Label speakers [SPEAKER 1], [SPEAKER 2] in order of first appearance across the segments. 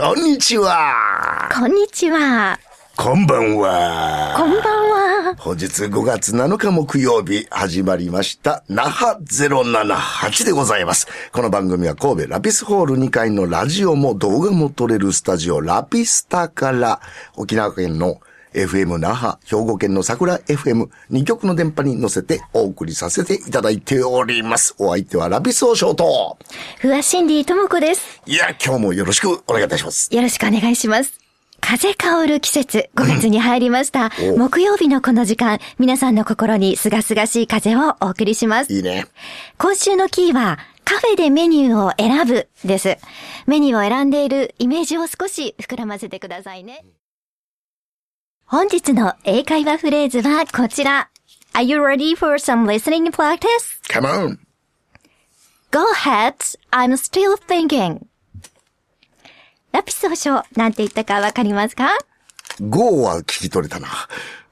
[SPEAKER 1] こんにちは。
[SPEAKER 2] こんにちは。
[SPEAKER 1] こんばんは。
[SPEAKER 2] こんばんは。
[SPEAKER 1] 本日5月7日木曜日始まりました、那覇078でございます。この番組は神戸ラピスホール2階のラジオも動画も撮れるスタジオラピスタから沖縄県の FM 那覇、兵庫県の桜 FM2 局の電波に乗せてお送りさせていただいております。お相手はラピス王将と、
[SPEAKER 2] ふわしんりともこです。
[SPEAKER 1] いや、今日もよろしくお願いいたします。
[SPEAKER 2] よろしくお願いします。風香る季節、5月に入りました。
[SPEAKER 1] お
[SPEAKER 2] 木曜日のこの時間、皆さんの心にすがすがしい風をお送りします。
[SPEAKER 1] いいね。
[SPEAKER 2] 今週のキーは、カフェでメニューを選ぶです。メニューを選んでいるイメージを少し膨らませてくださいね。本日の英会話フレーズはこちら。Are you ready for some listening practice?
[SPEAKER 1] Come on!
[SPEAKER 2] Go ahead, I'm still thinking. ラピス保証なんて言ったかわかりますか
[SPEAKER 1] GO は聞き取れたな。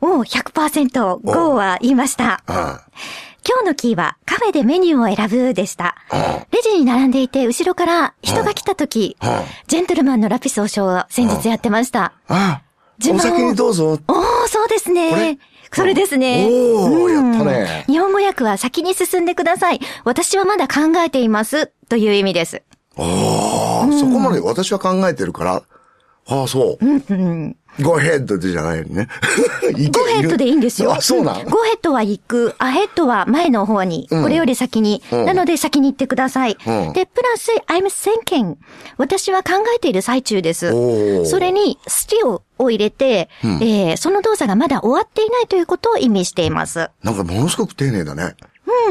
[SPEAKER 2] おう、100%、GO は言いました。
[SPEAKER 1] あ
[SPEAKER 2] 今日のキーはカフェでメニューを選ぶでした。
[SPEAKER 1] あ
[SPEAKER 2] レジに並んでいて後ろから人が来た時
[SPEAKER 1] あ、
[SPEAKER 2] ジェントルマンのラピス保証を先日やってました。
[SPEAKER 1] あ、
[SPEAKER 2] 自慢
[SPEAKER 1] お先にどうぞ。
[SPEAKER 2] おー、そうですね。それですね。
[SPEAKER 1] おー
[SPEAKER 2] うん
[SPEAKER 1] やったね
[SPEAKER 2] 日本語訳は先に進んでください。私はまだ考えています。という意味です。
[SPEAKER 1] ああ、そこまで私は考えてるから。ああ、そう。ゴヘッドでじゃないの ね。
[SPEAKER 2] ゴヘッドでいいんですよ。
[SPEAKER 1] あ、そうなん
[SPEAKER 2] んゴヘッドは行く、アヘッドは前の方に、これより先に。
[SPEAKER 1] ん
[SPEAKER 2] なので先に行ってください。
[SPEAKER 1] うん
[SPEAKER 2] で、プラス、I'm thinking. 私は考えている最中です
[SPEAKER 1] おー。
[SPEAKER 2] それに、still を入れて、えーその動作がまだ終わっていないということを意味しています。
[SPEAKER 1] なんかものすごく丁寧だね。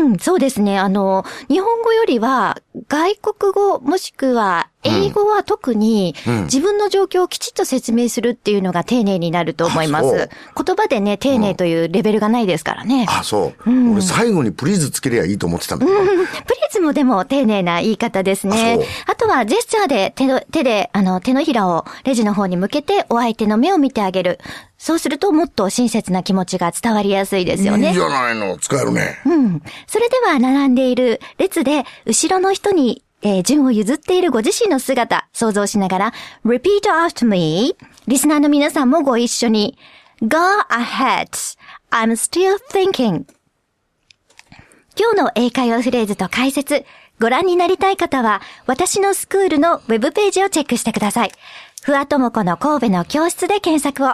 [SPEAKER 2] うん、そうですね。あの、日本語よりは、外国語もしくは、英語は特に、自分の状況をきちっと説明するっていうのが丁寧になると思いま
[SPEAKER 1] あ
[SPEAKER 2] す。言葉でね、丁寧というレベルがないですからね。
[SPEAKER 1] あそう。俺最後にプリーズつけりゃいいと思ってたんだけど。
[SPEAKER 2] プリーズもでも丁寧な言い方です
[SPEAKER 1] あ
[SPEAKER 2] ね
[SPEAKER 1] そう。
[SPEAKER 2] あとはジェスチャーで手の、手で、あの、手のひらをレジの方に向けてお相手の目を見てあげる。そうするともっと親切な気持ちが伝わりやすいですよ
[SPEAKER 1] い
[SPEAKER 2] ね
[SPEAKER 1] いじ。ゃないの。使えるね。
[SPEAKER 2] うん。それでは並んでいる列で、後ろの人に、えー順を譲っているご自身の姿、想像しながら、repeat after me. リスナーの皆さんもご一緒に、go ahead. I'm still thinking. 今日の英会話フレーズと解説、ご覧になりたい方は、私のスクールのウェブページをチェックしてください。ふわともこの神戸の教室で検索を。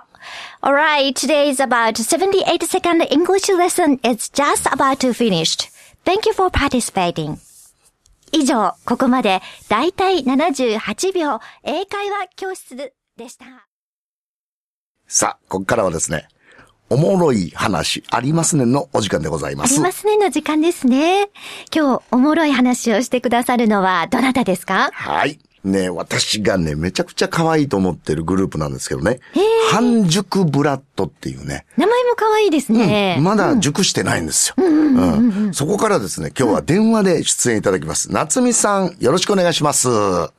[SPEAKER 2] Alright, today's about 78 second English lesson is just about to finished. Thank you for participating. 以上、ここまで、だいたい78秒、英会話教室でした。
[SPEAKER 1] さあ、ここからはですね、おもろい話ありますねんのお時間でございま
[SPEAKER 2] あ
[SPEAKER 1] す。
[SPEAKER 2] りますねの時間ですね。今日、おもろい話をしてくださるのは、どなたですか
[SPEAKER 1] はい。ね私がね、めちゃくちゃ可愛いと思ってるグループなんですけどね
[SPEAKER 2] へー。
[SPEAKER 1] 半熟ブラッドっていうね。
[SPEAKER 2] 名前も可愛いですね。
[SPEAKER 1] まだ熟してないんですよ。うんそこからですね、今日は電話で出演いただきます。夏美さん、よろしくお願いします。よ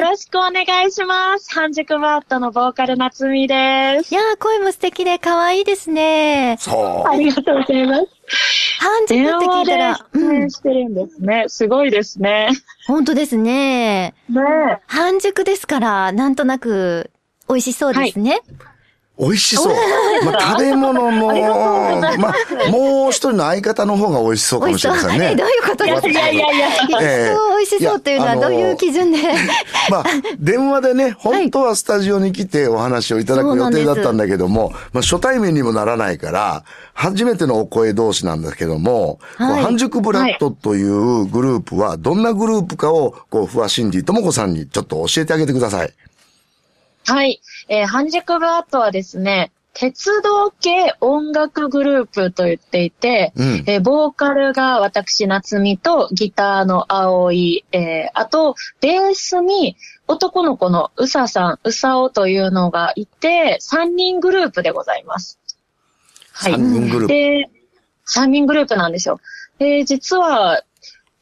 [SPEAKER 3] よろしくお願いします。半熟バートのボーカル夏美です。
[SPEAKER 2] いやー、声も素敵で可愛いですね。
[SPEAKER 1] そう。
[SPEAKER 3] ありがとうございます。
[SPEAKER 2] 半熟って
[SPEAKER 3] 電
[SPEAKER 2] 聞
[SPEAKER 3] 話
[SPEAKER 2] いた
[SPEAKER 3] で
[SPEAKER 2] ら、
[SPEAKER 3] 出
[SPEAKER 2] うん
[SPEAKER 3] 演、してるんですね。すごいですね。
[SPEAKER 2] 本当ですね。
[SPEAKER 3] ね
[SPEAKER 2] 半熟ですから、なんとなく、美味しそうですね。
[SPEAKER 1] 美味しそう。まあ、食べ物 も、まあ、もう一人の相方の方が美味しそうか
[SPEAKER 2] 美
[SPEAKER 1] も
[SPEAKER 2] 味し
[SPEAKER 1] しれ
[SPEAKER 2] そう。
[SPEAKER 1] ませんね
[SPEAKER 2] どう。 いうことですか
[SPEAKER 3] え。いやいやいや。
[SPEAKER 2] 美味しそう、美味しそうというのはどういう基準で。
[SPEAKER 1] まあ、電話でね、本当はスタジオに来てお話をいただく予定だったんだけども、まあ、初対面にもならないから、初めてのお声同士なんだけども、
[SPEAKER 2] はい
[SPEAKER 1] こう半熟ブラッドというグループは、どんなグループかを、こう、ふわしんじともこさんにちょっと教えてあげてください。
[SPEAKER 3] はい。えー半熟バートはですね、鉄道系音楽グループと言っていて、
[SPEAKER 1] うん
[SPEAKER 3] えーボーカルが私夏美とギターの葵、えーあと、ベースに男の子のうささん、うさおというのがいて、3人グループでございます。はい。
[SPEAKER 1] 3人グループ。
[SPEAKER 3] で、3人グループなんですよ。で、実は、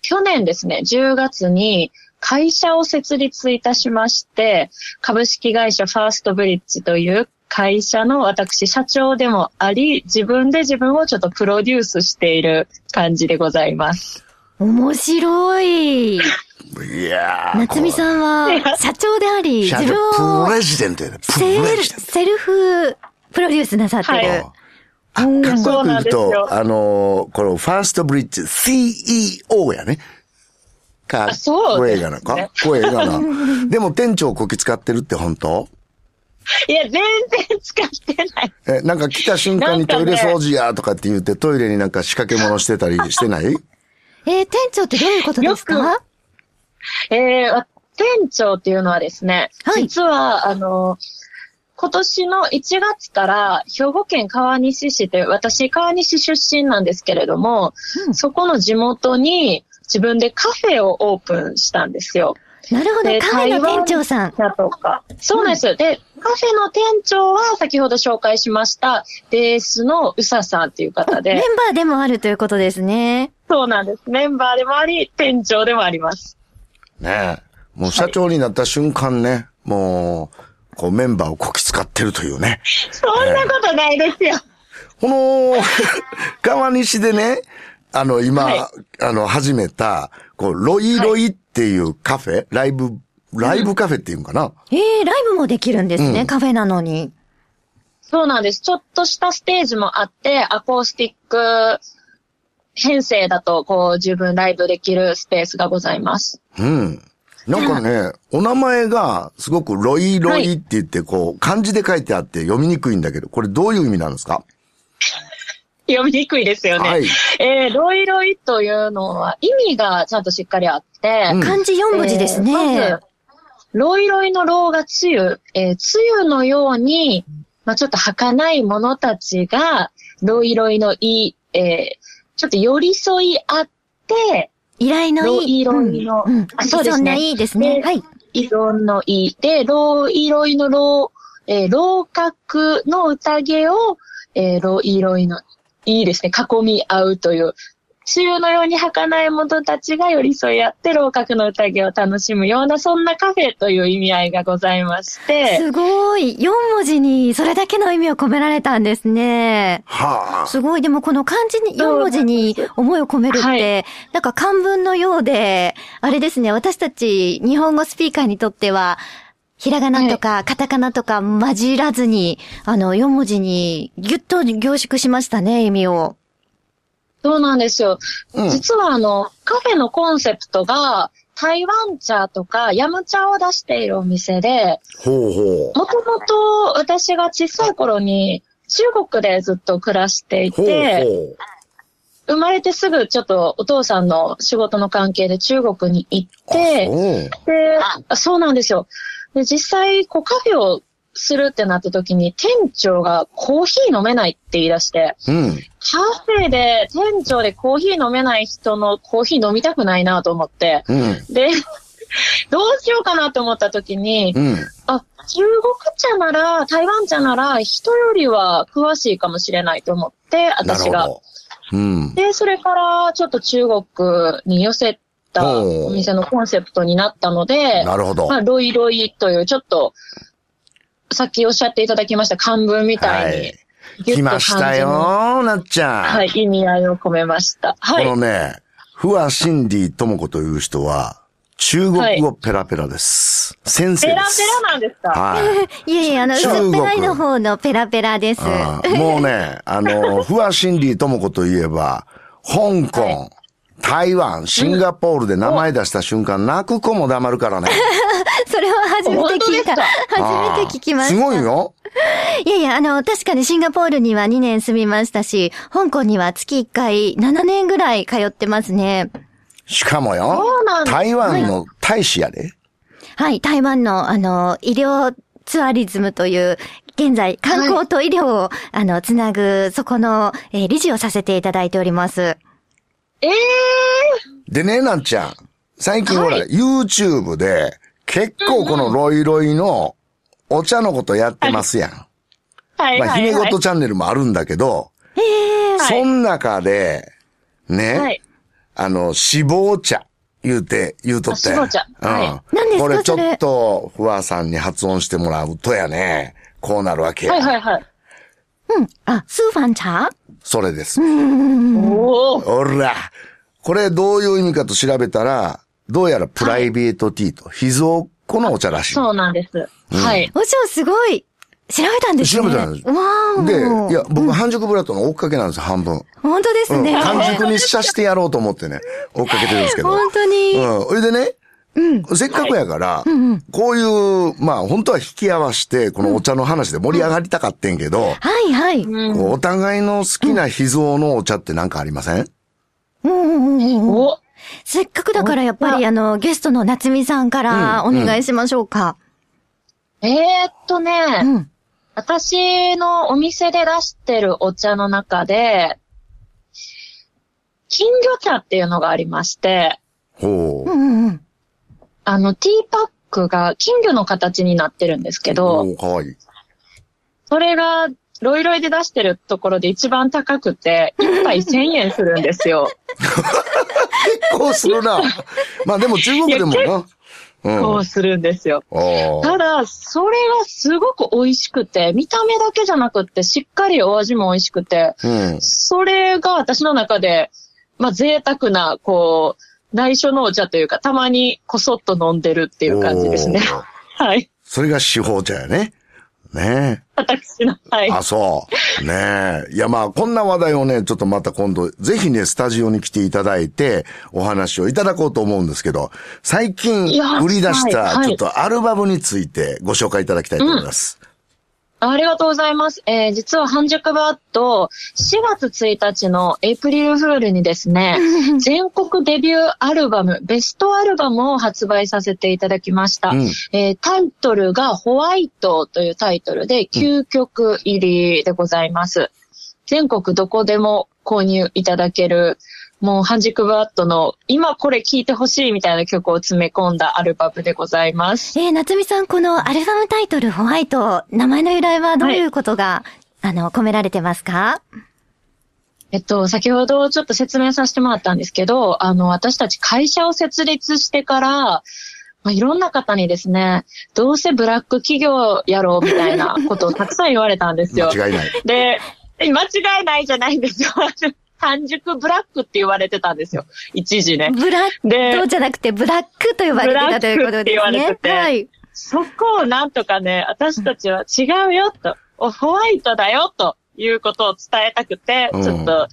[SPEAKER 3] 去年ですね、10月に会社を設立いたしまして、株式会社ファーストブリッジという会社の私社長でもあり、自分で自分をちょっとプロデュースしている感じでございます。
[SPEAKER 2] 面白い。
[SPEAKER 1] いやー
[SPEAKER 2] 夏美
[SPEAKER 1] こ
[SPEAKER 2] さんは、社長であり、
[SPEAKER 1] う社
[SPEAKER 2] 自
[SPEAKER 1] 長
[SPEAKER 2] 分
[SPEAKER 1] プ
[SPEAKER 2] を
[SPEAKER 1] レジデントやで。プ
[SPEAKER 2] セ
[SPEAKER 1] レ
[SPEAKER 2] ル、
[SPEAKER 1] ジデン
[SPEAKER 2] セルフプロデュースなさってる。
[SPEAKER 3] は
[SPEAKER 1] ト。あ、かっこよく言う
[SPEAKER 3] そうなんです
[SPEAKER 1] と、
[SPEAKER 3] よ
[SPEAKER 1] あのー、このファーストブリッジ、CEO やね。か
[SPEAKER 3] あ
[SPEAKER 1] っ
[SPEAKER 3] そ
[SPEAKER 1] こ
[SPEAKER 3] う
[SPEAKER 1] え
[SPEAKER 3] で
[SPEAKER 1] え
[SPEAKER 3] す
[SPEAKER 1] がな。
[SPEAKER 3] ね
[SPEAKER 1] かっこええがな。でも店長こき使ってるって本当
[SPEAKER 3] いや、全然使ってない。
[SPEAKER 1] え、なんか来た瞬間に
[SPEAKER 3] なんか
[SPEAKER 1] トイレ
[SPEAKER 3] ね
[SPEAKER 1] 掃除やとかって言ってトイレになんか仕掛け物してたりしてない
[SPEAKER 2] えー店長ってどういうことです
[SPEAKER 3] よ
[SPEAKER 2] か
[SPEAKER 3] えー、店長っていうのはですね、
[SPEAKER 2] はい
[SPEAKER 3] 実は、あの、今年の1月から兵庫県川西市で、私川西出身なんですけれども、
[SPEAKER 2] うん
[SPEAKER 3] そこの地元に自分でカフェをオープンしたんですよ。
[SPEAKER 2] なるほど、
[SPEAKER 3] で
[SPEAKER 2] カフェの店長さん。
[SPEAKER 3] だとか。そうなんです。で、カフェの店長は先ほど紹介しました、ベースのうささんっていう方
[SPEAKER 2] メン
[SPEAKER 3] で、
[SPEAKER 2] バーでもあるということですね。
[SPEAKER 3] そうなんです。メンバーでもあり、店長でもあります。
[SPEAKER 1] ねえ。もう社長になった瞬間ね、もう、こうメンバーをこき使ってるというね。
[SPEAKER 3] そんなことないですよ。
[SPEAKER 1] この、 川西でね、あの、今、
[SPEAKER 3] はい
[SPEAKER 1] あの、始めた、こう、ロイロイっていうカフェ、ライブ、ライブカフェっていうんかな、
[SPEAKER 2] えー、ライブもできるんですね、カフェなのに。
[SPEAKER 3] そうなんです。ちょっとしたステージもあって、アコースティック編成だと、こう、十分ライブできるスペースがございます。
[SPEAKER 1] うん。なんかね、お名前がすごくロイロイって言って、こう、漢字で書いてあって読みにくいんだけど、これどういう意味なんですか
[SPEAKER 3] 読みにくいですよね。
[SPEAKER 1] はい。
[SPEAKER 3] えー、ロイロイというのは意味がちゃんとしっかりあって、
[SPEAKER 1] うん
[SPEAKER 2] 漢字4文字ですね。
[SPEAKER 3] えーまずロイロイのローがつゆ、えー、つゆのように、まあ、ちょっと儚い者たちが、ロイロイのい、えー、ちょっと寄り添い合って、
[SPEAKER 2] 依頼のいい。
[SPEAKER 3] ロイロイの
[SPEAKER 2] うんうん
[SPEAKER 3] あそうですね
[SPEAKER 2] 依存ないいですね。
[SPEAKER 3] で
[SPEAKER 2] はい。
[SPEAKER 3] 依存のいで、ロイロイのロー、えー、老角の宴を、えー、ロイロイのいいですね、囲み合うという、つゆのように儚い者たちが寄り添い合って、老角の宴を楽しむような、そんなカフェという意味合いがございまして、
[SPEAKER 2] すごい。4文字にそれだけの意味を込められたんですね。
[SPEAKER 1] はあ。
[SPEAKER 2] すごい。でもこの漢字に、4
[SPEAKER 3] そう
[SPEAKER 2] 文字に思いを込めるって、
[SPEAKER 3] は
[SPEAKER 2] なんか漢文のようで、あれですね、私たち日本語スピーカーにとっては、ひらがなとか、カタカナとか混じらずに、あの、4文字にぎゅっと凝縮しましたね、意味を。
[SPEAKER 3] そうなんですよ。
[SPEAKER 1] うん
[SPEAKER 3] 実はあの、カフェのコンセプトが、台湾茶とか、ヤム茶を出しているお店で、
[SPEAKER 1] ほうほ。
[SPEAKER 3] もともと私が小さい頃に中国でずっと暮らしていう
[SPEAKER 1] ほう
[SPEAKER 3] て、
[SPEAKER 1] ほう。
[SPEAKER 3] 生まれてすぐちょっとお父さんの仕事の関係で中国に行っ
[SPEAKER 1] あ
[SPEAKER 3] て、
[SPEAKER 1] そう
[SPEAKER 3] で、あそうなんですよ。で、実際、こうカフェをするってなった時に店長がコーヒー飲めないって言い出して、
[SPEAKER 1] うん。
[SPEAKER 3] カフェで店長でコーヒー飲めない人のコーヒー飲みたくないなと思って、
[SPEAKER 1] うん。
[SPEAKER 3] で、 どうしようかなと思った時に、
[SPEAKER 1] うん。
[SPEAKER 3] あ、中国茶なら、台湾茶なら、人よりは詳しいかもしれないと思って、
[SPEAKER 1] なる
[SPEAKER 3] 私
[SPEAKER 1] ほ
[SPEAKER 3] が。
[SPEAKER 1] ど。うん。
[SPEAKER 3] で、それから、ちょっと中国に寄せた
[SPEAKER 1] ほう
[SPEAKER 3] お店のコンセプトになったので、
[SPEAKER 1] なるほど
[SPEAKER 3] ま。あ、ロイロイという、ちょっと、さっきおっしゃっていただきました漢文みたいに、
[SPEAKER 1] はい。来ましたよー、なっちゃん。
[SPEAKER 3] はい、意味合いを込めました。はい。
[SPEAKER 1] このね、フア・シンディ・トモコという人は、中国語ペラペラです。先生
[SPEAKER 3] ペ
[SPEAKER 1] で
[SPEAKER 3] ラ
[SPEAKER 1] す。
[SPEAKER 3] ペラなんですか
[SPEAKER 1] はい
[SPEAKER 2] えいえ、あの、薄
[SPEAKER 1] 中
[SPEAKER 2] っ
[SPEAKER 1] 国
[SPEAKER 2] ぺらいの方のペラペラです。
[SPEAKER 1] い うん。もうね、あの、フア・シンディ・トモコといえば、香港、
[SPEAKER 3] は
[SPEAKER 1] 台湾、シンガポールで名前出した瞬間、泣く子も黙る からね。
[SPEAKER 2] それは初め
[SPEAKER 3] 本
[SPEAKER 2] て
[SPEAKER 3] 当
[SPEAKER 2] 聞
[SPEAKER 3] で
[SPEAKER 2] い
[SPEAKER 3] すか
[SPEAKER 2] た。初めて聞きました。
[SPEAKER 1] あーすごいよ。
[SPEAKER 2] いやいや、あの、確かにシンガポールには2年住みましたし、香港には月1回7年ぐらい通ってますね。
[SPEAKER 1] しかもよ
[SPEAKER 3] そうなん、だ
[SPEAKER 1] 台湾の大使やで。
[SPEAKER 2] はい、台湾の、あの、医療ツアリズムという、現在、観光と医療を、あの、つなぐ、そこの、えー理事をさせていただいております。
[SPEAKER 3] ええ
[SPEAKER 1] でね、なんちゃん。最近ほら、
[SPEAKER 3] は
[SPEAKER 1] YouTube で、結構このロイロイのお茶のことやってますやん。
[SPEAKER 3] ー、はい、はい、
[SPEAKER 1] まあ、
[SPEAKER 3] はい。
[SPEAKER 1] ひめごとチャンネルもあるんだけど、そん中で、ね、
[SPEAKER 3] はい。
[SPEAKER 1] あの、脂肪茶、言うて、言うとって。
[SPEAKER 3] あ脂肪茶
[SPEAKER 1] うん。
[SPEAKER 3] は
[SPEAKER 2] 何ですか
[SPEAKER 1] これち
[SPEAKER 2] そ
[SPEAKER 1] ょっ
[SPEAKER 2] れ
[SPEAKER 1] と、ふわさんに発音してもらうとやね、こうなるわけや。
[SPEAKER 3] はい、はい、はい。
[SPEAKER 2] うん。あ、スーファン茶
[SPEAKER 1] それです。
[SPEAKER 3] おー。
[SPEAKER 1] おら、これどういう意味かと調べたら、どうやらプライベートティーと、秘蔵っ子のお茶らしい。
[SPEAKER 3] そうなんです。はい。
[SPEAKER 2] お嬢すごい調べたんですね。
[SPEAKER 1] 調べたんです
[SPEAKER 2] わー
[SPEAKER 1] で、いや、僕、半熟ブラッドの追っかけなんですよ、半分。
[SPEAKER 2] 本当です
[SPEAKER 1] うん
[SPEAKER 2] ね。
[SPEAKER 1] 完熟にさしてやろうと思ってね、追っかけてるんですけど。
[SPEAKER 2] 本当に。
[SPEAKER 1] うん。それでね、せっかくやから、こういう、まあ本当は引き合わせて、このお茶の話で盛り上がりたかってんけど、
[SPEAKER 2] はいはい。うん
[SPEAKER 3] うん
[SPEAKER 1] こうお互いの好きな秘蔵のお茶ってなんかありません
[SPEAKER 2] うんうんうん。
[SPEAKER 3] お
[SPEAKER 2] せっかくだからやっぱりあの、ゲストの夏美さんからお願いしましょうか。
[SPEAKER 3] えーっとね、
[SPEAKER 2] うん。
[SPEAKER 3] 私のお店で出してるお茶の中で、金魚茶っていうのがありまして、
[SPEAKER 1] ほ
[SPEAKER 2] う
[SPEAKER 1] う。
[SPEAKER 2] んうんうん。
[SPEAKER 3] あの、ティーパックが金魚の形になってるんですけど、
[SPEAKER 1] おーかわいい。
[SPEAKER 3] それが、ロイロイで出してるところで一番高くて、1杯1000円するんですよ。
[SPEAKER 1] 結構するな。 まあでも中国でも
[SPEAKER 3] い
[SPEAKER 1] な。うん。
[SPEAKER 3] こうするんですよ。
[SPEAKER 1] あ
[SPEAKER 3] た
[SPEAKER 1] あ。
[SPEAKER 3] だ、それがすごく美味しくて、見た目だけじゃなくって、しっかりお味も美味しくて、
[SPEAKER 1] うん。
[SPEAKER 3] それが私の中で、まあ贅沢な、こう、内緒のお茶というか、たまにこそっと飲んでるっていう感じですね。
[SPEAKER 1] おー
[SPEAKER 3] はい。
[SPEAKER 1] それが司法茶やね。ねえ。
[SPEAKER 3] 私の、はい。
[SPEAKER 1] あ、そう。ねえ。いや、まあ、こんな話題をね、ちょっとまた今度、ぜひね、スタジオに来ていただいて、お話をいただこうと思うんですけど、最近
[SPEAKER 3] いや、
[SPEAKER 1] 売り出し
[SPEAKER 3] はい
[SPEAKER 1] た、
[SPEAKER 3] はい
[SPEAKER 1] ちょっとアルバムについてご紹介いただきたいと思います。
[SPEAKER 3] ありがとうございます。えー実は半熟バット、4月1日のエイプリルフールにです ね、全国デビューアルバム、ベストアルバムを発売させていただきました。
[SPEAKER 1] うん
[SPEAKER 3] えータイトルがホワイトというタイトルで、究極入りでございます。全国どこでも購入いただける、もう半熟バットの今これ聴いてほしいみたいな曲を詰め込んだアルバムでございます。
[SPEAKER 2] えー、夏美さん、このアルバムタイトルホワイト、名前の由来はどういうことが、あの、込められてますか
[SPEAKER 3] えっと、先ほどちょっと説明させてもらったんですけど、あの、私たち会社を設立してから、まあ、いろんな方にですね、どうせブラック企業やろうみたい なことをたくさん言われたんですよ。
[SPEAKER 1] 間違いない。
[SPEAKER 3] で、間違いないじゃないんですよ。半熟ブラックって言われてたんですよ。一時ね。
[SPEAKER 2] ブラッ
[SPEAKER 3] で
[SPEAKER 2] ドじゃなくてブラックと呼ばれてたということです
[SPEAKER 3] ブラックって言われ
[SPEAKER 2] ね
[SPEAKER 3] て。て
[SPEAKER 2] はい。
[SPEAKER 3] そこをなんとかね、私たちは違うよと、おホワイトだよということを伝えたくて、
[SPEAKER 1] うん
[SPEAKER 3] ちょっと、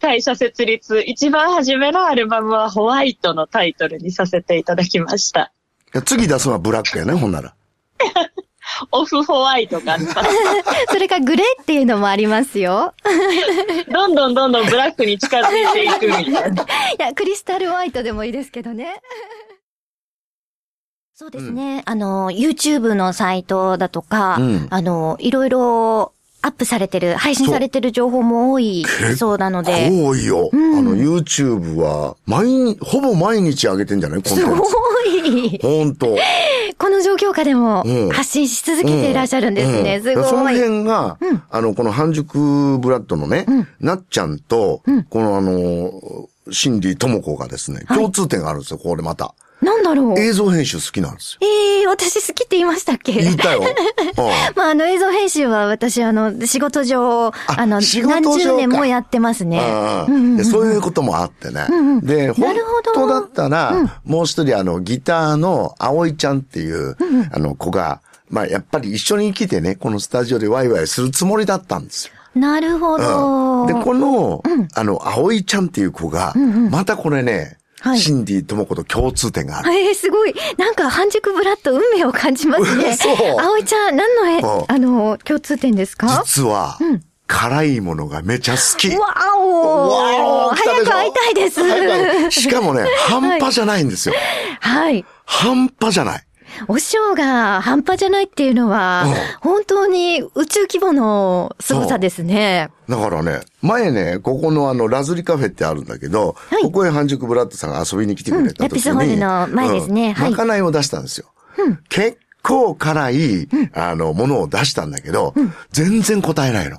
[SPEAKER 3] 会社設立一番初めのアルバムはホワイトのタイトルにさせていただきました。
[SPEAKER 1] 次出すのはブラックやね、ほんなら。
[SPEAKER 3] オフホワイトが あった。
[SPEAKER 2] それからグレーっていうのもありますよ。
[SPEAKER 3] どんどんどんどんブラックに近づいていくみたいな。
[SPEAKER 2] いや、クリスタルホワイトでもいいですけどね。 そうですね。あの、YouTube のサイトだとか、
[SPEAKER 1] うん
[SPEAKER 2] あの、いろいろアップされてる、配信されてる情報も多いそうなので。
[SPEAKER 1] 多いよ。あ
[SPEAKER 2] ん
[SPEAKER 1] の、YouTube は、毎日、ほぼ毎日上げてんじゃないコンテン
[SPEAKER 2] す
[SPEAKER 1] ツ
[SPEAKER 2] ご。い
[SPEAKER 1] ほんと。
[SPEAKER 2] この状況下でも
[SPEAKER 1] うん
[SPEAKER 2] 発信し続けていらっしゃるんですね。
[SPEAKER 1] うん
[SPEAKER 2] す
[SPEAKER 1] その
[SPEAKER 2] ごい。
[SPEAKER 1] 辺が、
[SPEAKER 2] うん
[SPEAKER 1] あの、この半熟ブラッドのね、
[SPEAKER 2] うん
[SPEAKER 1] なっちゃんと、
[SPEAKER 2] うん
[SPEAKER 1] このあの、シンディともこがですね、
[SPEAKER 2] はい
[SPEAKER 1] 共通点があるんですよ、これまた。
[SPEAKER 2] なんだろう。え
[SPEAKER 1] 映像編集好きなんですよ。
[SPEAKER 2] ー、私好きって言いましたっけ
[SPEAKER 1] 言いたよ。
[SPEAKER 2] まあ、あの映像編集は私、あの、仕事上、あの、
[SPEAKER 1] 仕事上か
[SPEAKER 2] 何十年もやってます
[SPEAKER 1] う
[SPEAKER 2] ね。
[SPEAKER 1] ん
[SPEAKER 2] う
[SPEAKER 1] うん
[SPEAKER 2] んうん
[SPEAKER 1] でそういうこともあってね。
[SPEAKER 2] んうん
[SPEAKER 1] で、
[SPEAKER 2] な
[SPEAKER 1] 本
[SPEAKER 2] るほど
[SPEAKER 1] 当だったら、もう一人あの、ギターの葵ちゃんっていう、あの子が、まあ、やっぱり一緒に来てね、このスタジオでワイワイするつもりだったんですよ。
[SPEAKER 2] なるほど。
[SPEAKER 1] で、この、あの、葵ちゃんっていう子が、またこれね、
[SPEAKER 2] はい
[SPEAKER 1] シンディともこと共通点がある。
[SPEAKER 2] えー、すごい。なんか、半熟ブラッド、運命を感じま すね。
[SPEAKER 1] 嘘
[SPEAKER 2] 葵ちゃん、何のえ、
[SPEAKER 1] うん
[SPEAKER 2] あの、共通点ですか
[SPEAKER 1] 実は、辛いものがめちゃ好き。
[SPEAKER 2] わお
[SPEAKER 1] わー来たで
[SPEAKER 2] 早
[SPEAKER 1] しょ
[SPEAKER 2] く会いたいです。
[SPEAKER 1] 早く会いたいしかもね、半端じゃないんですよ。
[SPEAKER 2] はい。
[SPEAKER 1] 半端じゃない。
[SPEAKER 2] お師匠が半端じゃないっていうのは
[SPEAKER 1] うん、
[SPEAKER 2] 本当に宇宙規模の凄さですね。
[SPEAKER 1] だからね、前ね、ここのあの、ラズリカフェってあるんだけど、
[SPEAKER 2] はい
[SPEAKER 1] ここへ半熟ブラッドさんが遊びに来てくれた時に、
[SPEAKER 2] うんラピスホールの前ですね
[SPEAKER 1] うん
[SPEAKER 2] はい
[SPEAKER 1] まかないを出したんですよ。結構辛い、あの、ものを出したんだけど、全然答えないの。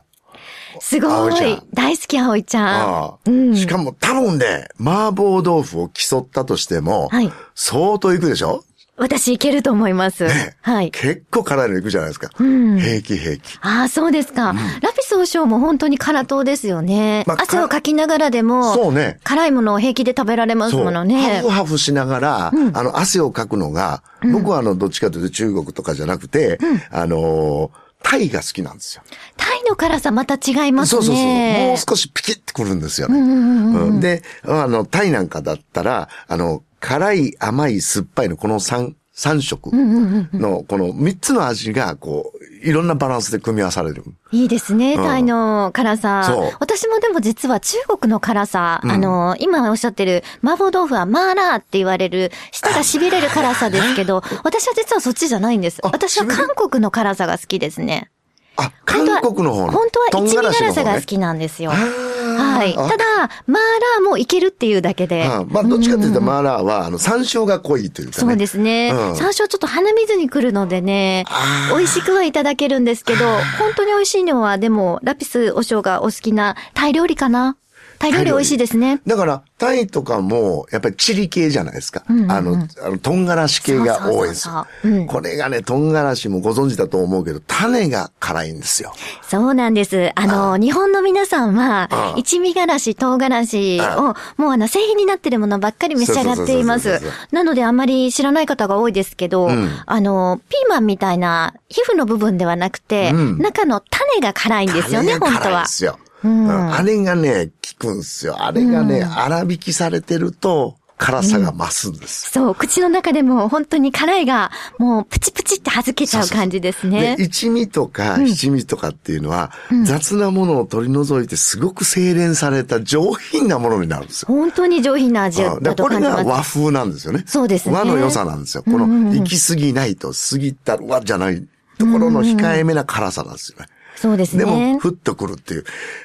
[SPEAKER 2] すご
[SPEAKER 1] 葵ちゃ
[SPEAKER 2] い
[SPEAKER 1] ん。
[SPEAKER 2] 大好き、葵ちゃん。
[SPEAKER 1] ああしかも多分ね、麻婆豆腐を競ったとしても、
[SPEAKER 2] はい
[SPEAKER 1] 相当いくでしょ
[SPEAKER 2] 私、いけると思います。はい。
[SPEAKER 1] 結構辛いのいくじゃないですか。
[SPEAKER 2] ん
[SPEAKER 1] 平気平気。
[SPEAKER 2] ああ、そうですか。ラピス総称も本当に辛党ですよね。
[SPEAKER 1] まあ
[SPEAKER 2] 汗をかきながらで
[SPEAKER 1] そ
[SPEAKER 2] も、
[SPEAKER 1] うね。
[SPEAKER 2] 辛いものを平気で食べられます
[SPEAKER 1] そう。
[SPEAKER 2] ものね
[SPEAKER 1] ハフ。ハフしながら、あの、汗をかくのが、僕はあの、どっちかというと中国とかじゃなくて、あのー、タイが好きなんですよ。
[SPEAKER 2] タイの辛さまた違います
[SPEAKER 1] そうそうそう。もう
[SPEAKER 2] ね。
[SPEAKER 1] 少しピキってくるんですよね。うんで、あの、タイなんかだったら、あの、辛い、甘い、酸っぱいのこの3、三色の、この3つの味が、こう、いろんなバランスで組み合わされる。
[SPEAKER 2] いいですね、
[SPEAKER 1] うん
[SPEAKER 2] タイの辛
[SPEAKER 1] そう
[SPEAKER 2] さ。私もでも実は中国の辛さ、あの、今おっしゃってる麻婆豆腐はマーラーって言われる、舌が痺れる辛さですけど、私は実はそっちじゃないんです。
[SPEAKER 1] あ
[SPEAKER 2] 私は韓国の辛さが好きですね。
[SPEAKER 1] あ、韓国の方の。
[SPEAKER 2] 本当は一味辛さが好
[SPEAKER 1] ね。
[SPEAKER 2] きなんですよ。
[SPEAKER 1] は
[SPEAKER 2] はい。ただ、マーラーもいけるっていうだけで。
[SPEAKER 1] まあ、どっちかというと、マーラーは、あの、山椒が濃いというかね。
[SPEAKER 2] そうですね。
[SPEAKER 1] うん
[SPEAKER 2] 山椒ちょっと鼻水にくるのでね
[SPEAKER 1] あ、ー
[SPEAKER 2] 美味しくはいただけるんですけど、本当に美味しいのは、でも、ラピスお生がお好きなタイ料理かなタイ料理美味しいですね。
[SPEAKER 1] だから、タイとかも、やっぱりチリ系じゃないですか。
[SPEAKER 2] んうんうん
[SPEAKER 1] あの、あの、唐辛子系が多いです
[SPEAKER 2] そうそうそうそううん。
[SPEAKER 1] これがね、唐辛子もご存知だと思うけど、種が辛いんですよ。
[SPEAKER 2] そうなんです。あの、日本の皆さんは
[SPEAKER 1] あ、ー
[SPEAKER 2] 一味辛子、唐辛子
[SPEAKER 1] あ
[SPEAKER 2] を、もうあの、製品になってるものばっかり召し上がっていま
[SPEAKER 1] そうそう
[SPEAKER 2] す
[SPEAKER 1] そうそうそ。
[SPEAKER 2] なので、あんまり知らない方が多いですけど、
[SPEAKER 1] うん
[SPEAKER 2] あの、ピーマンみたいな、皮膚の部分ではなくて、
[SPEAKER 1] うん
[SPEAKER 2] 中の種が辛いんですよね、
[SPEAKER 1] 種が
[SPEAKER 2] 本当
[SPEAKER 1] 辛いん
[SPEAKER 2] は
[SPEAKER 1] で。すよ。
[SPEAKER 2] うん
[SPEAKER 1] うんあれがね、効くんですよ。あれがね、粗挽きされてると、辛さが増すんです。
[SPEAKER 2] そう、口の中でも本当に辛いが、もうプチプチって弾けちゃう感じですね。
[SPEAKER 1] で、一味とか七味とかっていうのは、雑なものを取り除いてすごく精錬された上品なものになるんですよ。
[SPEAKER 2] 本当に上品な味
[SPEAKER 1] うん、だ
[SPEAKER 2] だ
[SPEAKER 1] か
[SPEAKER 2] と
[SPEAKER 1] らこれ
[SPEAKER 2] 感じ
[SPEAKER 1] が
[SPEAKER 2] ま
[SPEAKER 1] 和
[SPEAKER 2] す。
[SPEAKER 1] 風なんですよね。
[SPEAKER 2] そうですね
[SPEAKER 1] 和の良さなんですよ。この、行き過ぎないと、過ぎたらじゃないところの控えめな辛さなんですよね。
[SPEAKER 2] そうです
[SPEAKER 1] でも、
[SPEAKER 2] ね。
[SPEAKER 1] ふっとくるっていう。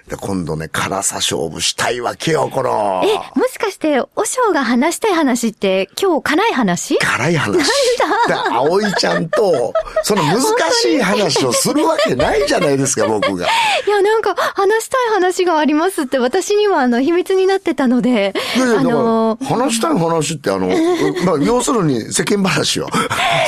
[SPEAKER 1] で今度ね、辛さ勝負したいわけよ、この。
[SPEAKER 2] え、もしかして、おしょうが話したい話って、今日辛い 話
[SPEAKER 1] 辛い話。で、葵ちゃんと、その難しい話をするわけないじゃない ですか、僕が。
[SPEAKER 2] いや、なんか、話したい話がありますって、私には、あの、秘密になってたので、
[SPEAKER 1] いやいや
[SPEAKER 2] あ
[SPEAKER 1] だから
[SPEAKER 2] の、
[SPEAKER 1] 話したい話って、あの、まあ、要するに世間話よ。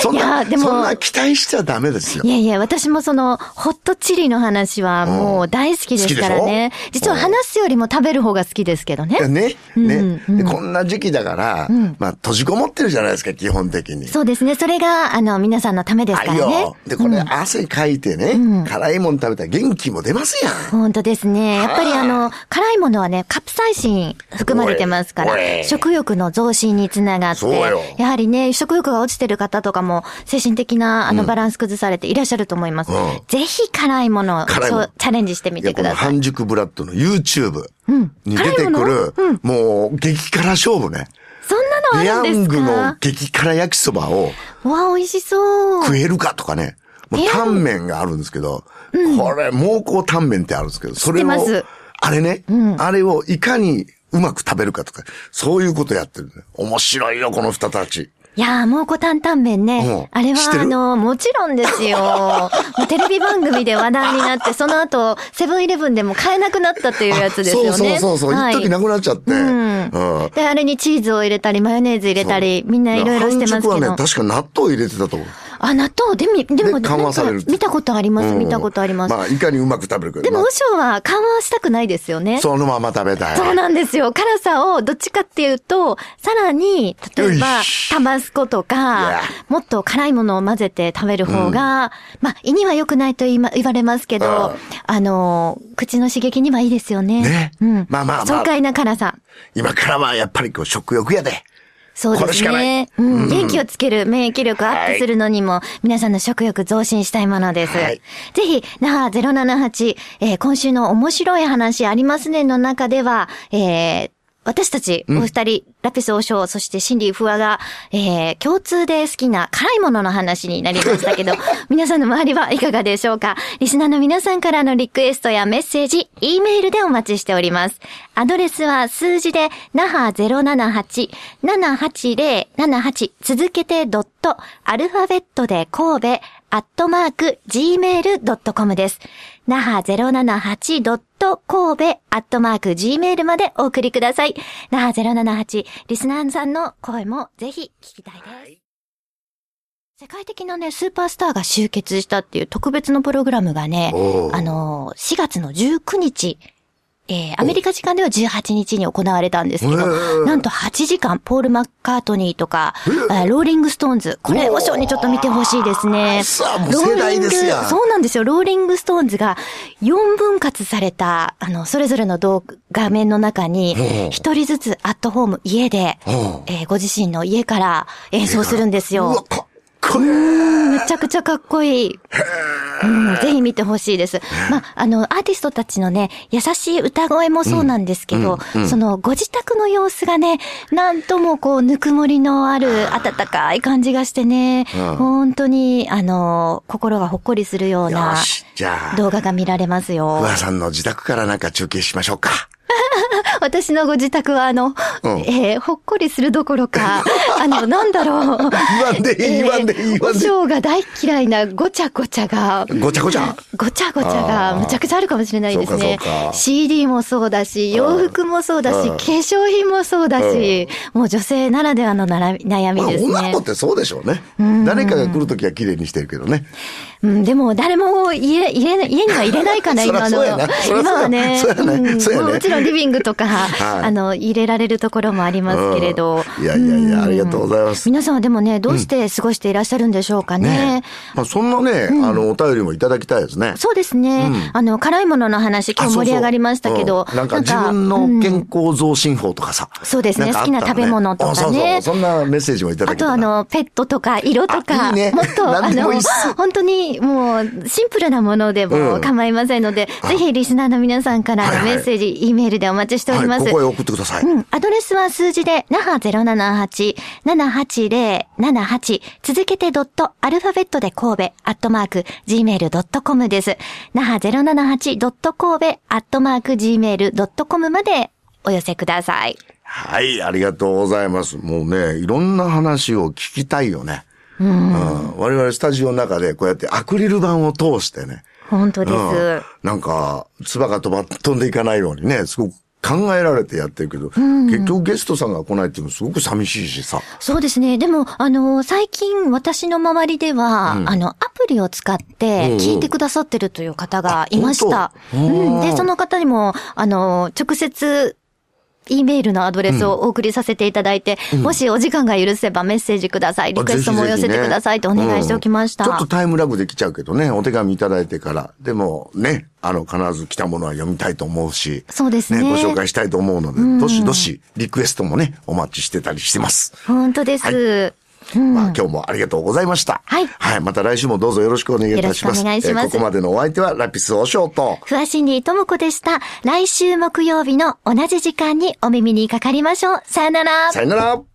[SPEAKER 1] そん
[SPEAKER 2] い
[SPEAKER 1] な、
[SPEAKER 2] やでも
[SPEAKER 1] そんな期待しちゃダメですよ
[SPEAKER 2] い。やいや、私もその、ホットチリの話はもう大好きですからね
[SPEAKER 1] 好き。でしょ
[SPEAKER 2] 実は話すよりも食べる方が好きですけどね。
[SPEAKER 1] ね。
[SPEAKER 2] うん
[SPEAKER 1] ね、
[SPEAKER 2] うん
[SPEAKER 1] でこんな時期だから、まあ、閉じこもってるじゃないですか、基本的に。
[SPEAKER 2] そうですね。それが、あの、皆さんのためですか
[SPEAKER 1] あい
[SPEAKER 2] らね
[SPEAKER 1] よ。。で、これ、汗かいてね、辛いもん食べたら元気も出ますやん。
[SPEAKER 2] 本当ですね。やっぱりあの、辛いものはね、カプサイシン含まれてますか
[SPEAKER 1] おいおい
[SPEAKER 2] ら、食欲の増進につながっ
[SPEAKER 1] そう
[SPEAKER 2] て
[SPEAKER 1] よ、
[SPEAKER 2] やはりね、食欲が落ちてる方とかも、精神的なあのバランス崩されていらっしゃると思います。
[SPEAKER 1] うん
[SPEAKER 2] ぜひ辛いものを
[SPEAKER 1] 辛いもの
[SPEAKER 2] そうチャレンジしてみ
[SPEAKER 1] いや
[SPEAKER 2] て
[SPEAKER 1] こ
[SPEAKER 2] く
[SPEAKER 1] の
[SPEAKER 2] ださい。
[SPEAKER 1] 半熟ブラッドの YouTube に出てくる、
[SPEAKER 2] 辛いものうん
[SPEAKER 1] もう激辛勝負ね。
[SPEAKER 2] そん
[SPEAKER 1] ペ
[SPEAKER 2] な
[SPEAKER 1] ヤ
[SPEAKER 2] のある
[SPEAKER 1] ン
[SPEAKER 2] んで
[SPEAKER 1] グ
[SPEAKER 2] す
[SPEAKER 1] の
[SPEAKER 2] か
[SPEAKER 1] 激辛焼きそばを
[SPEAKER 2] わあ、美味しそう。
[SPEAKER 1] 食えるかとかね。もう
[SPEAKER 2] ペヤング
[SPEAKER 1] タンメンがあるんですけど、これ、猛攻タンメンってあるんですけど、それを
[SPEAKER 2] 知ってます、
[SPEAKER 1] あれね、あれをいかにうまく食べるかとか、そういうことやってるね。面白いよ、この人たち。
[SPEAKER 2] いやー、蒙古タンタン麺ね。
[SPEAKER 1] うん
[SPEAKER 2] あれ
[SPEAKER 1] 知ってる
[SPEAKER 2] は、あの、もちろんです よ。もうテレビ番組で話題になって、その後、セブンイレブンでも買えなくなったっていうやつですよね。
[SPEAKER 1] あそうそうそうそう、
[SPEAKER 2] はい
[SPEAKER 1] 一時なくなっちゃって。
[SPEAKER 2] うん
[SPEAKER 1] うん
[SPEAKER 2] で、あれにチーズを入れたり、マヨネーズ入れたり、みんないろいろしてますけ
[SPEAKER 1] 半熟はね、
[SPEAKER 2] ど。
[SPEAKER 1] 確か納豆入れてたと思う。
[SPEAKER 2] あ、納豆でみ、でも、
[SPEAKER 1] で緩和されるって
[SPEAKER 2] 見たことあります、
[SPEAKER 1] うん
[SPEAKER 2] 見たことあります。
[SPEAKER 1] まあ、いかにうまく食べるか。
[SPEAKER 2] で
[SPEAKER 1] ま
[SPEAKER 2] も、
[SPEAKER 1] あ
[SPEAKER 2] 和尚は緩和したくないですよね。
[SPEAKER 1] そのまま食べたい。
[SPEAKER 2] そうなんですよ。辛さをどっちかっていうと、さらに、例えば
[SPEAKER 1] よし、
[SPEAKER 2] タバスコと
[SPEAKER 1] いや
[SPEAKER 2] か、もっと辛いものを混ぜて食べる方が、まあ、胃には良くないと言いま言われますけ
[SPEAKER 1] ああ
[SPEAKER 2] ど、あの、口の刺激にはいいですよね。
[SPEAKER 1] ね
[SPEAKER 2] うん。
[SPEAKER 1] まあまあまあ
[SPEAKER 2] 爽快な辛さ。
[SPEAKER 1] 今からはやっぱりこう食欲やで。
[SPEAKER 2] そう
[SPEAKER 1] こ
[SPEAKER 2] で
[SPEAKER 1] れし
[SPEAKER 2] す
[SPEAKER 1] かな
[SPEAKER 2] ね。うん。元気をつける、免疫力アップするのにも、皆さんの食欲増進したいものです。
[SPEAKER 1] はい
[SPEAKER 2] ぜひ、那覇078、えー今週の面白い話ありますねの中では、えー私たち、お二人、ラピス王将、そして心理不和が、えー、共通で好きな辛いものの話になりましたけ ど、皆さんの周りはいかがでしょうかリスナーの皆さんからのリクエストやメッセージ、E メールでお待ちしております。アドレスは数字で、那覇078、78078続けてドット、アルファベットで神戸、アットマーク、gmail.com です。那覇 078.kobe、アットマーク、gmail までお送りください。那覇078、リスナーさんの声もぜひ聞きたいです。世界的なね、スーパースターが集結したっていう特別のプログラムがね、
[SPEAKER 1] おー
[SPEAKER 2] あのー、4月の19日、えー、アメリカ時間では18日に行われたんですけど、
[SPEAKER 1] へえ
[SPEAKER 2] なんと8時間、ポール・マッカートニーとか、
[SPEAKER 1] へえ
[SPEAKER 2] えーローリング・ストーンズ、これをショーにちょっと見てほしいですね。
[SPEAKER 1] さあもう
[SPEAKER 2] ロー
[SPEAKER 1] 世代
[SPEAKER 2] リング、
[SPEAKER 1] ですやん
[SPEAKER 2] そうなんですよ。ローリング・ストーンズが4分割された、あの、それぞれの動画画面の中に
[SPEAKER 1] うん、
[SPEAKER 2] 一人ずつアットホーム、家で、
[SPEAKER 1] うん
[SPEAKER 2] えーご自身の家から演奏するんです
[SPEAKER 1] う
[SPEAKER 2] よ。
[SPEAKER 1] わ、かっこいい。
[SPEAKER 2] めちゃくちゃかっこいい。うん、ぜひ見てほしいです。まあ、あの、アーティストたちのね、優しい歌声もそうなんですけど、その、ご自宅の様子がね、なんともこう、ぬくもりのある温かい感じがしてね、
[SPEAKER 1] うん
[SPEAKER 2] 本当に、あの、心がほっこりするよう
[SPEAKER 1] よ
[SPEAKER 2] な
[SPEAKER 1] し、じゃあ、
[SPEAKER 2] 動画が見られます
[SPEAKER 1] ふ
[SPEAKER 2] よ。
[SPEAKER 1] わさんの自宅からなんか中継しましょうか。
[SPEAKER 2] 私のご自宅は、あの、
[SPEAKER 1] うん
[SPEAKER 2] えーほっこりするどころか、あの、なんだろう。
[SPEAKER 1] 言わんで いい、言わんでいい、言わん
[SPEAKER 2] お
[SPEAKER 1] でい
[SPEAKER 2] 嬢が大嫌いなごちゃごちゃが、
[SPEAKER 1] い。ごちゃごちゃ。
[SPEAKER 2] ごちゃごちゃがむちゃくちゃあるかもしれないですね
[SPEAKER 1] そうかそうか。
[SPEAKER 2] CD もそうだし、洋服もそうだし、
[SPEAKER 1] うん
[SPEAKER 2] 化粧品もそうだし、もう女性ならではのなら悩み
[SPEAKER 1] まあ、
[SPEAKER 2] です
[SPEAKER 1] 女の
[SPEAKER 2] ね
[SPEAKER 1] 子っ。てそうでしょうね。誰かが来るときは綺麗にしてるけどね。
[SPEAKER 2] うん、でも誰も家家家には入れないかな、
[SPEAKER 1] そら
[SPEAKER 2] 今
[SPEAKER 1] そ
[SPEAKER 2] の。
[SPEAKER 1] うやなそらそうや
[SPEAKER 2] 今はね
[SPEAKER 1] そうやね
[SPEAKER 2] うん
[SPEAKER 1] そうやね
[SPEAKER 2] もちろんリビングとか、
[SPEAKER 1] はい
[SPEAKER 2] あの、入れられるところもありますけれど。
[SPEAKER 1] うんいやいやいや、ありがとうございます。
[SPEAKER 2] 皆さんはでもね、どうして過ごしていらっしゃるんでしょうかね
[SPEAKER 1] ねまあ、そんなね、あの、お便りもいただきたいですね。
[SPEAKER 2] そうですね、あの、辛いものの話、今
[SPEAKER 1] あ
[SPEAKER 2] 日
[SPEAKER 1] そうそう
[SPEAKER 2] 盛り上がりましたけど。
[SPEAKER 1] うんなんか自分
[SPEAKER 2] う
[SPEAKER 1] の
[SPEAKER 2] ん
[SPEAKER 1] 健康増進法とかさ。
[SPEAKER 2] そうですね
[SPEAKER 1] んかあったら
[SPEAKER 2] 好きな食べ物とかね
[SPEAKER 1] あそうそう。そんなメッセージもいただ
[SPEAKER 2] あ
[SPEAKER 1] けた
[SPEAKER 2] と
[SPEAKER 1] ら
[SPEAKER 2] あの、ペットとか色と
[SPEAKER 1] あい
[SPEAKER 2] か、
[SPEAKER 1] いね
[SPEAKER 2] もっとあ
[SPEAKER 1] 何でも
[SPEAKER 2] の
[SPEAKER 1] いいっす、
[SPEAKER 2] 本当にもうシンプルなもので
[SPEAKER 1] う
[SPEAKER 2] も
[SPEAKER 1] ん
[SPEAKER 2] 構いませんので、ぜひリスナーの皆さんから
[SPEAKER 1] はいは
[SPEAKER 2] の
[SPEAKER 1] い
[SPEAKER 2] メッセージ、E メールでお待ちしておりま
[SPEAKER 1] はい、
[SPEAKER 2] す
[SPEAKER 1] こ。こへ送ってください。
[SPEAKER 2] うん。アドレスは数字で、那覇078、78078、続けてドット、アルファベットで神戸、アットマーク、gmail.com です。那覇078、ドット神戸、アットマーク、gmail.com までお寄せください。
[SPEAKER 1] はい、ありがとうございます。もうね、いろんな話を聞きたいよね。うん我々スタジオの中でこうやってアクリル板を通してね。
[SPEAKER 2] 本当です。
[SPEAKER 1] うんなんか、唾が飛ば、飛んでいかないようにね、すごく考えられてやってるけど、結局ゲストさんが来ないっていうのすごく寂しいしさ。
[SPEAKER 2] そうですね。でも、あの、最近私の周りでは、あの、アプリを使って聞いてくださってるという方がいました。
[SPEAKER 1] うんうんあ本当
[SPEAKER 2] うん。で、その方にも、あの、直接、E メールのアドレスをお送りさせていただいて、もしお時間が許せばメッセージください。リクエストもお寄せてくださいとお願いしておきました。
[SPEAKER 1] うんちょっとタイムラグできちゃうけどね、お手紙いただいてから。でもね、あの、必ず来たものは読みたいと思うし。
[SPEAKER 2] そうですね
[SPEAKER 1] ご紹介したいと思うので、どしどし、リクエストもね、お待ちしてたりしてます。
[SPEAKER 2] 本当です。
[SPEAKER 1] まあ、今日もありがとうございました。
[SPEAKER 2] はい
[SPEAKER 1] はい。また来週もどうぞよろしくお願いいたします。
[SPEAKER 2] よろしくお願いします
[SPEAKER 1] えーここまでのお相手は、ラピスおショーと。
[SPEAKER 2] ふわしにともこでした。来週木曜日の同じ時間にお耳にかかりましょう。さよなら。
[SPEAKER 1] さよなら。